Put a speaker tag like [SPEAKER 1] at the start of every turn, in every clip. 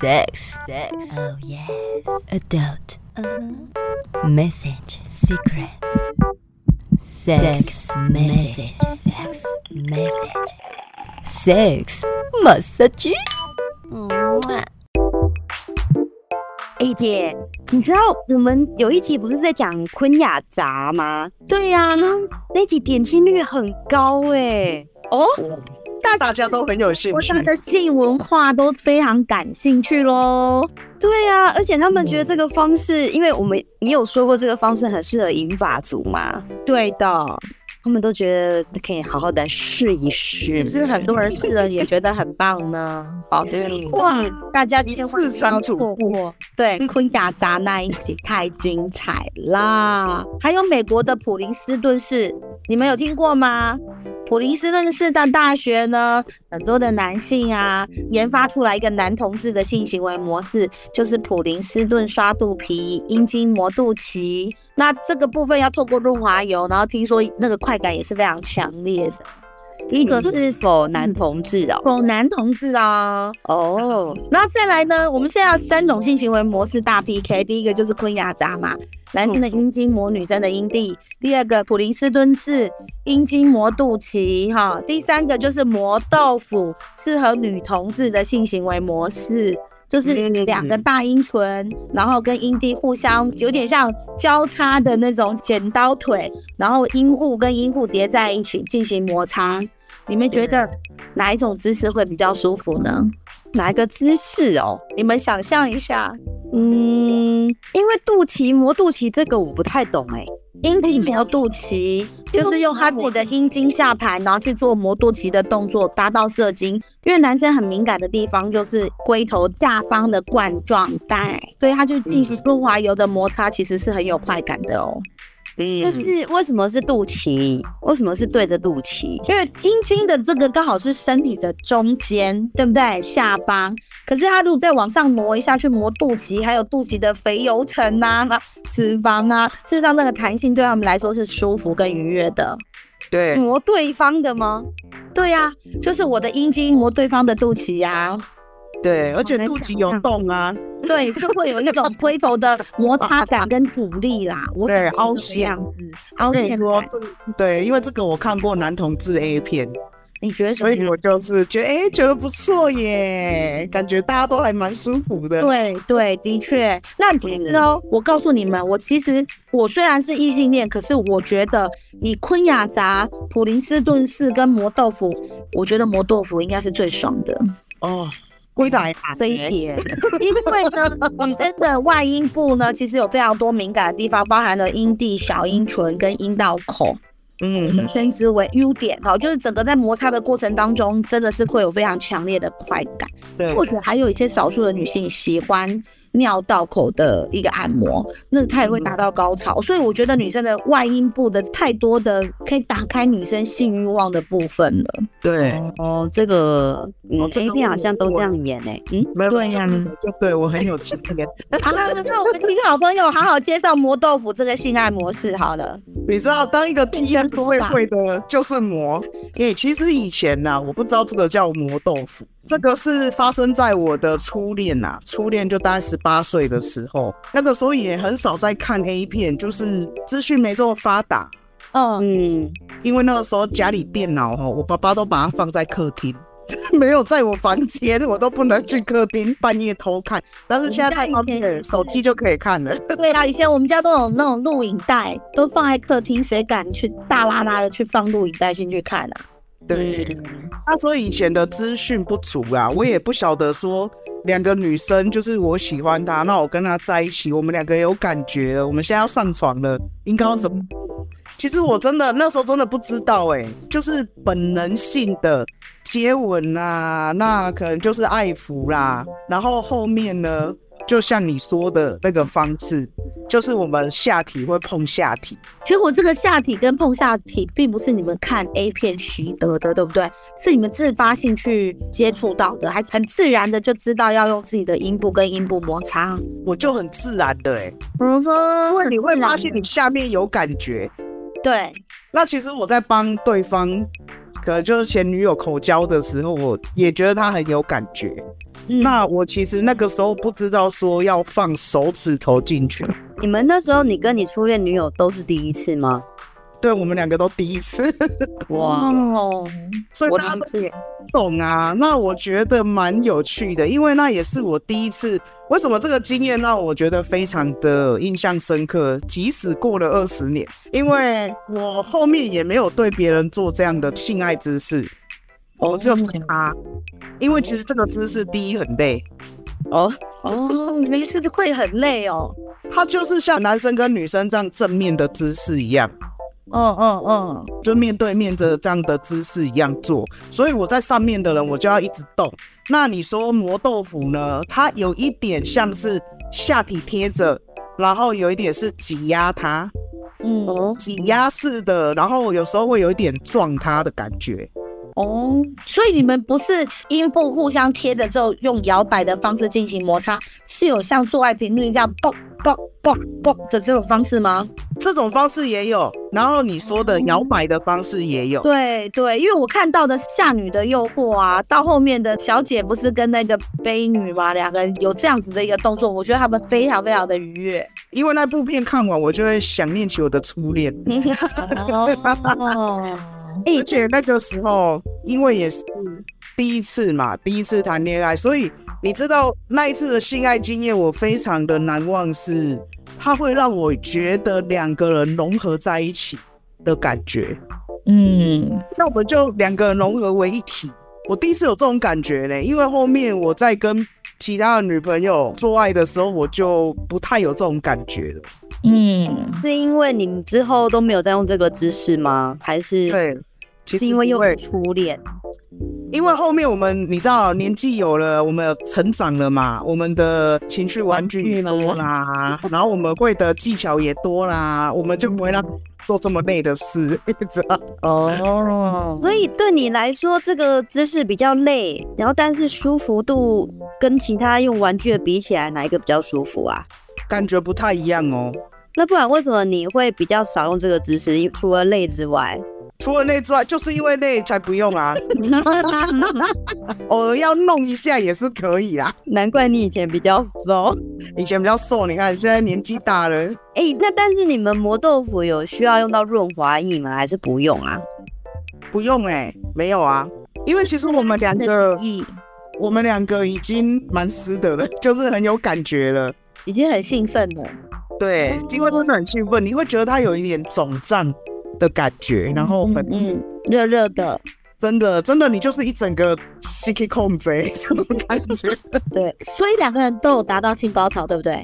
[SPEAKER 1] Sex, sex, oh yes. Uh-huh. Adult, message, secret. Sex, message, sex, message. Sex, massage. 嗯
[SPEAKER 2] 哎姐，你知道我们有一集不是在讲昆雅杂吗？对呀、然后那集点击率很高哎、哦，
[SPEAKER 3] 大大家都很有兴
[SPEAKER 4] 我
[SPEAKER 3] 趣
[SPEAKER 4] 大。的性文化都非常感兴趣喽。
[SPEAKER 2] 对呀、而且他们觉得这个方式，因为我们你有说过这个方式很适合银发族嘛，
[SPEAKER 4] 对的，
[SPEAKER 2] 他们都觉得可以好好的试一试，
[SPEAKER 4] 是不是很多人试了也觉得很棒 呢？好，哇，大家千万
[SPEAKER 3] 一次
[SPEAKER 4] 不要
[SPEAKER 3] 穿主
[SPEAKER 4] 错过。对，昆雅杂那一集太精彩啦！还有美国的普林斯顿市，你们有听过吗？普林斯顿市的大学呢，很多的男性啊，研发出来一个男同志的性行为模式，就是普林斯顿刷肚皮、阴茎磨肚脐。那这个部分要透过润滑油，然后听说那个快感也是非常强烈的。一个是
[SPEAKER 2] 是否男同志哦？
[SPEAKER 4] 狗嗯男同志啊、
[SPEAKER 2] 哦，
[SPEAKER 4] 然后再来呢，我们现在要三种性行为模式大 PK，第一个就是昆雅扎嘛，男生的阴茎磨女生的阴蒂；第二个普林斯顿式阴茎磨肚脐哈；第三个就是磨豆腐，适合女同志的性行为模式。就是
[SPEAKER 2] 嗯
[SPEAKER 4] 两个大阴唇，然后跟阴蒂互相有点像交叉的那种剪刀腿，然后阴户跟阴户叠在一起进行摩擦。你们觉
[SPEAKER 2] 嗯
[SPEAKER 4] 得哪一种姿势会比较舒服呢？
[SPEAKER 2] 哪一个姿势哦？
[SPEAKER 4] 你们想象一下，
[SPEAKER 2] 嗯，因为肚脐磨肚脐这个我不太懂哎、
[SPEAKER 4] 阴茎磨肚脐，就是用他自己的阴茎下盘，然后去做磨肚脐的动作，达到射精。因为男生很敏感的地方就是龟头下方的冠状带，所以他就进行润滑油的摩擦，其实是很有快感的哦。
[SPEAKER 2] 就
[SPEAKER 3] 嗯，
[SPEAKER 2] 是为什么是肚脐？为什么是对着肚脐？
[SPEAKER 4] 因为阴茎的这个刚好是身体的中间，对不对？下方。可是它如果再往上挪一下，去磨肚脐，还有肚脐的肥油层啊、脂肪啊，事实上那个弹性对他们来说是舒服跟愉悦的。
[SPEAKER 3] 对，
[SPEAKER 2] 磨对方的吗？
[SPEAKER 4] 对呀、就是我的阴茎磨对方的肚脐呀、
[SPEAKER 3] 对，而且肚脐有洞啊，
[SPEAKER 4] 对，就会有一种龟头的摩擦感跟阻力啦。我想
[SPEAKER 3] 对
[SPEAKER 4] 是
[SPEAKER 3] 凹
[SPEAKER 4] 这
[SPEAKER 3] 陷
[SPEAKER 4] 样子，凹
[SPEAKER 3] 对
[SPEAKER 4] 陷
[SPEAKER 3] 我
[SPEAKER 4] 感
[SPEAKER 3] 对，因为这个我看过男同志 A 片，
[SPEAKER 4] 你觉得怎
[SPEAKER 3] 所
[SPEAKER 4] 么
[SPEAKER 3] 以
[SPEAKER 4] 样？
[SPEAKER 3] 我就是觉得哎、诶觉得不错耶，感觉大家都还蛮舒服的。
[SPEAKER 4] 对对，的确。那其实呢，
[SPEAKER 3] 嗯
[SPEAKER 4] 我告诉你们，我其实我虽然是异性恋，可是我觉得以昆雅杂、普林斯顿式跟磨豆腐，我觉得磨豆腐应该是最爽的。
[SPEAKER 3] 哦，归来啊，
[SPEAKER 4] 这一点，因为呢，女生的外阴部呢，其实有非常多敏感的地方，包含了阴蒂、小阴唇跟阴道口，
[SPEAKER 3] 嗯，
[SPEAKER 4] 称之为优点哈，就是整个在摩擦的过程当中，真的是会有非常强烈的快感。
[SPEAKER 3] 对
[SPEAKER 4] 或，者还有一些少数的女性喜欢尿道口的一个按摩，那个它也会达到高潮。所以我觉得女生的外阴部的太多的可以打开女生性欲望的部分了。
[SPEAKER 3] 对，
[SPEAKER 1] 哦，这个
[SPEAKER 2] 嗯
[SPEAKER 3] 这个
[SPEAKER 2] ，A 片好像都这样演哎、嗯，
[SPEAKER 3] 没有
[SPEAKER 4] 对呀
[SPEAKER 3] 就对我很有经验。
[SPEAKER 4] 好，那我们听好朋友好好介绍磨豆腐这个性爱模式好了。
[SPEAKER 3] 你知道，当一个 T M
[SPEAKER 4] 多
[SPEAKER 3] 最
[SPEAKER 4] 大
[SPEAKER 3] 会的就是磨。诶、其实以前呐、我不知道这个叫磨豆腐，这个是发生在我的初恋呐、初恋就大概十八岁的时候，那个时候也很少在看 A 片，就是资讯没这么发达。
[SPEAKER 4] 嗯，
[SPEAKER 2] 嗯，
[SPEAKER 3] 因为那个时候家里电脑哈，我爸爸都把它放在客厅， 没有在我房间，我都不能去客厅半夜偷看。但是现在太方便了，手机就可以看了。
[SPEAKER 4] 对啊，以前我们家都有那种录影带，都放在客厅，谁敢去大拉拉的去放录影带进去看啊？
[SPEAKER 3] 对，那时候以前的资讯不足啊，我也不晓得说两个女生就是我喜欢她，那我跟她在一起，我们两个有感觉了，我们现在要上床了，应该要怎么？其实我真的那时候真的不知道、欸，就是本能性的接吻啦、那可能就是爱抚啦，然后后面呢，就像你说的那个方式，就是我们下体会碰下体，
[SPEAKER 4] 结果这个下体跟碰下体，并不是你们看 A 片习得的，对不对？是你们自发性去接触到的，还很自然的就知道要用自己的阴部跟阴部摩擦。
[SPEAKER 3] 我就很自然的、欸，
[SPEAKER 4] 嗯哼，
[SPEAKER 3] 你会发现你下面有感觉，
[SPEAKER 4] 对，
[SPEAKER 3] 那其实我在帮对方可能就是前女友口交的时候，我也觉得她很有感觉。
[SPEAKER 2] 嗯
[SPEAKER 3] 那我其实那个时候不知道说要放手指头进去，
[SPEAKER 2] 你们那时候，你跟你初恋女友都是第一次吗？
[SPEAKER 3] 对我们两个都第一次，
[SPEAKER 2] 哇，
[SPEAKER 4] 哦，
[SPEAKER 3] 所以
[SPEAKER 4] 我
[SPEAKER 3] 大家
[SPEAKER 4] 第一次也
[SPEAKER 3] 懂啊，那我觉得蛮有趣的，因为那也是我第一次。为什么这个经验让我觉得非常的印象深刻？即使过了二十年，因为我后面也没有对别人做这样的性爱姿势，哦我只有对他。因为其实这个姿势，第一很累，
[SPEAKER 2] 哦，
[SPEAKER 4] 哦，你们是会很累哦。
[SPEAKER 3] 它就是像男生跟女生这样正面的姿势一样，
[SPEAKER 4] 嗯嗯嗯，
[SPEAKER 3] 就面对面的这样的姿势一样做，所以我在上面的人我就要一直动。那你说磨豆腐呢？它有一点像是下体贴着，然后有一点是挤压它，
[SPEAKER 4] 嗯
[SPEAKER 2] 哦，
[SPEAKER 3] 挤压式的，然后有时候会有一点撞它的感觉。
[SPEAKER 4] 哦，所以你们不是阴部互相贴着之后，用摇摆的方式进行摩擦，是有像做爱频率这样蹦蹦蹦蹦的这种方式吗？
[SPEAKER 3] 这种方式也有，然后你说的摇摆的方式也有。
[SPEAKER 4] 对对，因为我看到的《夏女的诱惑》啊，到后面的小姐不是跟那个悲女嘛，两个人有这样子的一个动作，我觉得他们非常非常的愉悦。
[SPEAKER 3] 因为那部片看完，我就会想念起我的初恋。
[SPEAKER 2] 嗯
[SPEAKER 4] 哦，
[SPEAKER 3] 而且那个时候，因为也是第一次嘛，第一次谈恋爱，所以你知道那一次的性爱经验，我非常的难忘是，它会让我觉得两个人融合在一起的感觉。
[SPEAKER 4] 嗯，
[SPEAKER 3] 那我们就两个人融合为一体。我第一次有这种感觉嘞，因为后面我在跟其他的女朋友做爱的时候，我就不太有这种感觉了。
[SPEAKER 2] 是因为你之后都没有再用这个姿势吗？还是
[SPEAKER 3] 对，其
[SPEAKER 2] 嗯是
[SPEAKER 3] 实
[SPEAKER 2] 因为又
[SPEAKER 3] 会
[SPEAKER 2] 初恋？
[SPEAKER 3] 因为后面我们你知道年纪有了，我们有成长了嘛，我们的情绪玩具也多啦，然后我们会的技巧也多啦，我们就不会让做这么累的事，知道？
[SPEAKER 4] 哦，
[SPEAKER 2] 所以对你来说，这个姿势比较累，然后但是舒服度跟其他用玩具的比起来，哪一个比较舒服啊？
[SPEAKER 3] 感觉不太一样哦。
[SPEAKER 2] 那不然为什么你会比较少用这个姿势？除了累之外，
[SPEAKER 3] 除了累之外，就是因为累才不用啊，偶尔要弄一下也是可以啦。
[SPEAKER 2] 难怪你以前比较 瘦。
[SPEAKER 3] 以前比较瘦，你看现在年纪大了，
[SPEAKER 2] 哎、那但是你们磨豆腐有需要用到润滑液吗？还是不用啊？
[SPEAKER 3] 不用哎、没有啊，因为其实我们两个，
[SPEAKER 4] 意
[SPEAKER 3] 我们两个已经蛮湿的了，就是很有感觉了。
[SPEAKER 4] 已经很兴奋了。
[SPEAKER 3] 对，
[SPEAKER 4] 哦
[SPEAKER 3] 因为真的很兴奋，你会觉得它有一点肿胀的感觉，然后很、
[SPEAKER 4] 嗯，热热的，
[SPEAKER 3] 真的真的，你就是一整个 s i c k y 控制这种感觉。
[SPEAKER 4] 对，所以两个人都有达到性高潮，对不对？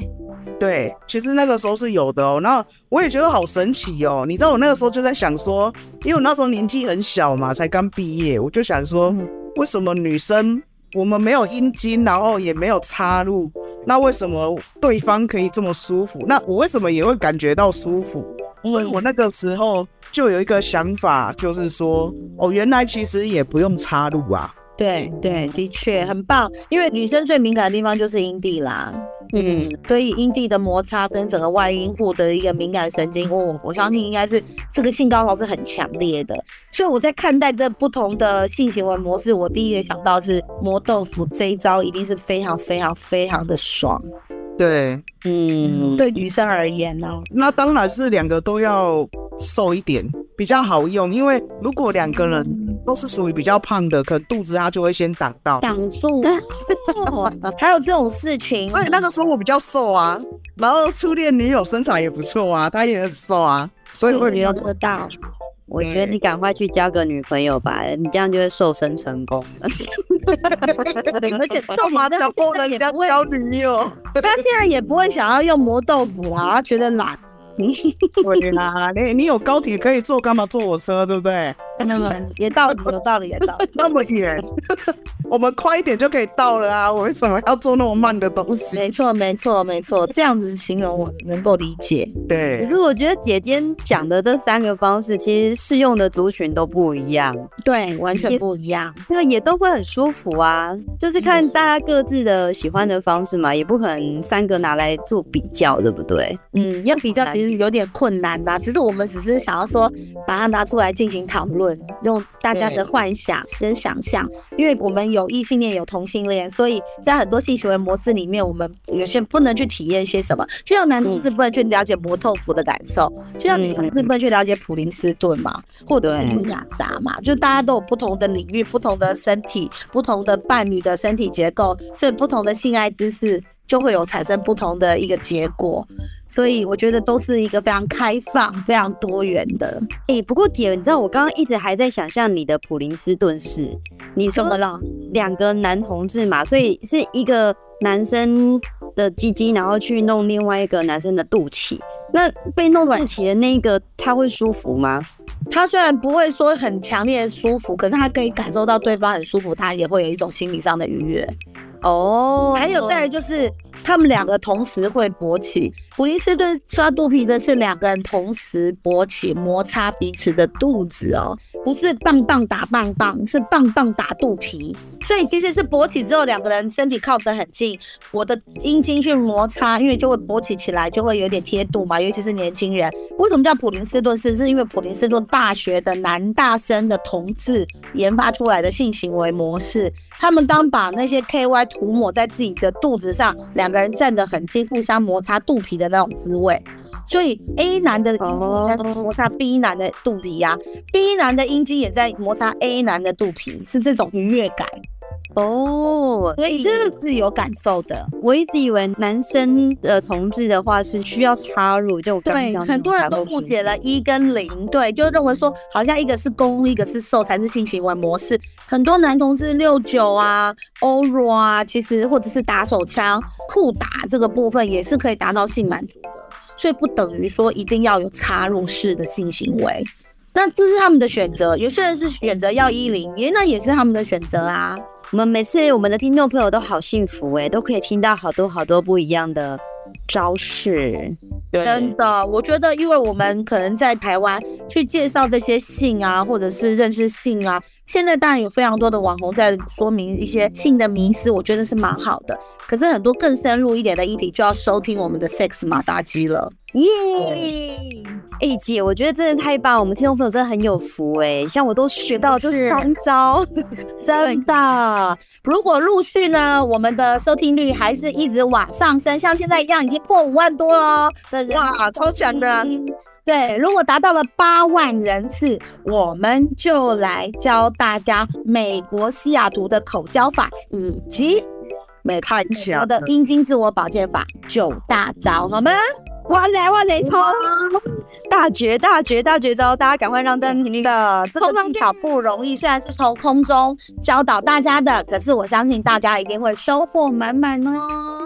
[SPEAKER 3] 对，其实那个时候是有的哦。那我也觉得好神奇哦。你知道我那个时候就在想说，因为我那时候年纪很小嘛，才刚毕业，我就想说，嗯为什么女生我们没有阴茎，然后也没有插入，那为什么对方可以这么舒服？那我为什么也会感觉到舒服？所以我那个时候就有一个想法，就是说，哦，原来其实也不用插入啊。
[SPEAKER 4] 对对，的确很棒，因为女生最敏感的地方就是阴蒂啦，
[SPEAKER 2] 嗯，
[SPEAKER 4] 所以阴蒂的摩擦跟整个外阴户的一个敏感神经，哦，我相信应该是这个性高潮是很强烈的。所以我在看待这不同的性行为模式，我第一个想到是磨豆腐这一招一定是非常非常非常的爽，
[SPEAKER 3] 对，
[SPEAKER 2] 嗯，
[SPEAKER 4] 对女生而言哦呢、
[SPEAKER 3] 那当然是两个都要瘦一点比较好用，因为如果两个人都是属于比较胖的，可能肚子它就会先挡到。
[SPEAKER 4] 挡住， 还有这种事情，
[SPEAKER 3] 而且哎那个时候我比较瘦啊，然后初恋女友身材也不错啊，她也很瘦啊，所以会比较
[SPEAKER 4] 得到。
[SPEAKER 2] 我觉得你赶快去交个女朋友吧，你这样就会瘦身成功。
[SPEAKER 4] 而且豆麻的
[SPEAKER 3] 想
[SPEAKER 4] 现
[SPEAKER 3] 过
[SPEAKER 4] 在
[SPEAKER 3] 人
[SPEAKER 4] 也
[SPEAKER 3] 家
[SPEAKER 4] 不会，
[SPEAKER 3] 交女友。
[SPEAKER 4] 他现在也不会想要用磨豆腐啊，他觉得懒。
[SPEAKER 3] 对 啦，啊你你有高铁可以坐，干嘛坐我车，对不对？
[SPEAKER 4] 那 么也道理，有道理，有道理。
[SPEAKER 3] 那么 远，我们快一点就可以到了啊！我为什么要做那么慢的东西？
[SPEAKER 4] 没错，没错，没错，这样子形容我能够理解。
[SPEAKER 2] 可
[SPEAKER 3] 对
[SPEAKER 2] 是我觉得姐姐讲的这三个方式，其实适用的族群都不一样，
[SPEAKER 4] 对，完全不一样。
[SPEAKER 2] 那啊个也都会很舒服啊。就是看大家各自的喜欢的方式嘛，也不可能三个拿来做比较，对不对？
[SPEAKER 4] 嗯嗯，要比较其实有点困难呐、只是我们只是想要说把它拿出来进行讨论论，用大家的幻想跟想象，因为我们有异性恋，有同性恋，所以在很多性行为模式里面，我们有些不能去体验些什么，就像男同志不能去了解磨豆腐的感受，就像女同志不能去了解普林斯顿嘛，或者是
[SPEAKER 2] 对
[SPEAKER 4] 昆雅杂嘛，就大家都有不同的领域、不同的身体、不同的伴侣的身体结构，所以不同的性爱姿势就会有产生不同的一个结果。所以我觉得都是一个非常开放、非常多元的。
[SPEAKER 2] 哎、不过姐，你知道我刚刚一直还在想象你的普林斯顿式，你
[SPEAKER 4] 怎
[SPEAKER 2] 说
[SPEAKER 4] 么了？
[SPEAKER 2] 两个男同志嘛，所以是一个男生的鸡鸡，然后去弄另外一个男生的肚脐。那被弄肚脐的那一个，他会舒服吗？
[SPEAKER 4] 他虽然不会说很强烈的舒服，可是他可以感受到对方很舒服，他也会有一种心理上的愉悦。
[SPEAKER 2] 哦，
[SPEAKER 4] 还有再来就是，他们两个同时会勃起。普林斯顿抓肚皮的是两个人同时勃起，摩擦彼此的肚子哦，不是棒棒打棒棒，是棒棒打肚皮。所以其实是勃起之后，两个人身体靠得很近，我的阴茎去摩擦，因为就会勃起起来，就会有点贴肚嘛，尤其是年轻人。为什么叫普林斯顿式？是因为普林斯顿大学的男大生的同志研发出来的性行为模式。他们当把那些 KY 涂抹在自己的肚子上，两个人站得很近，互相摩擦肚皮的那种滋味。所以 A 男的阴茎也在摩擦 B 男的肚皮呀、b 男的阴茎也在摩擦 A 男的肚皮，是这种愉悦感，
[SPEAKER 2] 哦，
[SPEAKER 4] 所以这是有感受的。
[SPEAKER 2] 我一直以为男生的同志的话是需要插入，就我刚刚
[SPEAKER 4] 对，
[SPEAKER 2] 讲
[SPEAKER 4] 很多人都误解了一跟零，对，就认为说好像一个是攻，一个是受才是性行为模式。很多男同志六九啊、欧若啊，其实或者是打手枪、酷打这个部分也是可以达到性满足的，所以不等于说一定要有插入式的性行为。那这是他们的选择，有些人是选择要一零，也那也是他们的选择啊。
[SPEAKER 2] 我们每次我们的听众朋友都好幸福哎、都可以听到好多好多不一样的招式。
[SPEAKER 3] 对，
[SPEAKER 4] 真的，我觉得，因为我们可能在台湾去介绍这些性啊，或者是认识性啊，现在当然有非常多的网红在说明一些性的迷思，我觉得是蛮好的。可是很多更深入一点的议题，就要收听我们的 Sex 马杀鸡了。
[SPEAKER 2] 耶！哎、姐，我觉得真的太棒，我们听众朋友真的很有福哎、像我都学到就是
[SPEAKER 4] 哦是
[SPEAKER 2] 三招，
[SPEAKER 4] 真的，如果陆续呢，我们的收听率还是一直往上升，像现在一样已经破五万多了哦。
[SPEAKER 3] 哇超强的啊！
[SPEAKER 4] 对，如果达到了八万人次，我们就来教大家美国西雅图的口交法以及美
[SPEAKER 3] 太
[SPEAKER 4] 美
[SPEAKER 3] 强
[SPEAKER 4] 国的
[SPEAKER 3] 了，
[SPEAKER 4] 阴茎自我保健法九大招，好吗？
[SPEAKER 2] 哇嘞哇嘞，超大绝大绝大绝招，大家赶快让大家听听。
[SPEAKER 4] 的，这
[SPEAKER 2] 冲
[SPEAKER 4] 个
[SPEAKER 2] 上
[SPEAKER 4] 技巧不容易，虽然是从空中教导大家的，可是我相信大家一定会收获满满哦。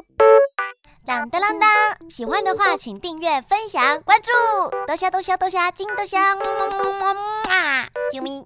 [SPEAKER 5] 当当当当！喜欢的话，请订阅、分享、关注，多虾多虾多虾金多虾，么么么么么啊！啾咪。